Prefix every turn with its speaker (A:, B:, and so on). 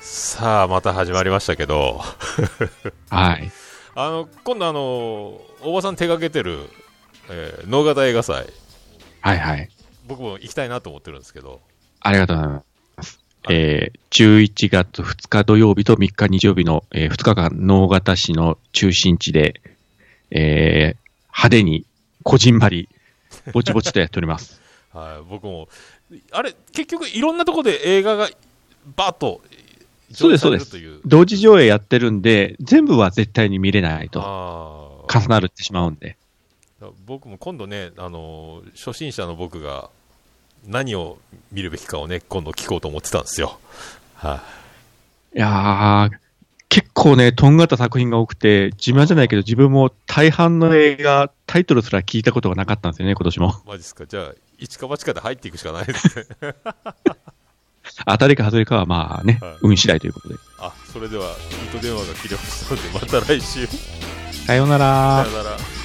A: さあまた始まりましたけど
B: はい。
A: あの今度あのおばさん手掛けてる、えー、能型映画祭
B: はいはい。
A: 僕も行きたいなと思ってるんですけど
B: ありがとうございます。えー、11月2日土曜日と3日日曜日の、え2日間、能形市の中心地で、えー、派手に、こじんまり、ぼちぼちとやっております。
A: はい、僕も、あれ、結局、いろんなとこで映画がバーッと
B: そうです
A: 上映されるという
B: 同時上映やってるんで、全部は絶対に見れないと、
A: あー
B: 重なるってしまうんで。
A: 僕も今度ね、あのー初心者の僕が何を見るべきかをね、今度聞こうと思ってたんですよ。はい
B: やー、結構ね、とんがった作品が多くて、自慢じゃないけど、自分も大半の映画、タイトルすら聞いたことがなかったんですよね、今年も。
A: い、マジですか、じゃあ、一か八かで入っていくしかないですね。
B: 当たりか外れかはまあね、
A: はい
B: 運次第ということで。
A: あそれでは、ヒート電話が切れましたので、また来週、
B: さようなら
A: さよなら。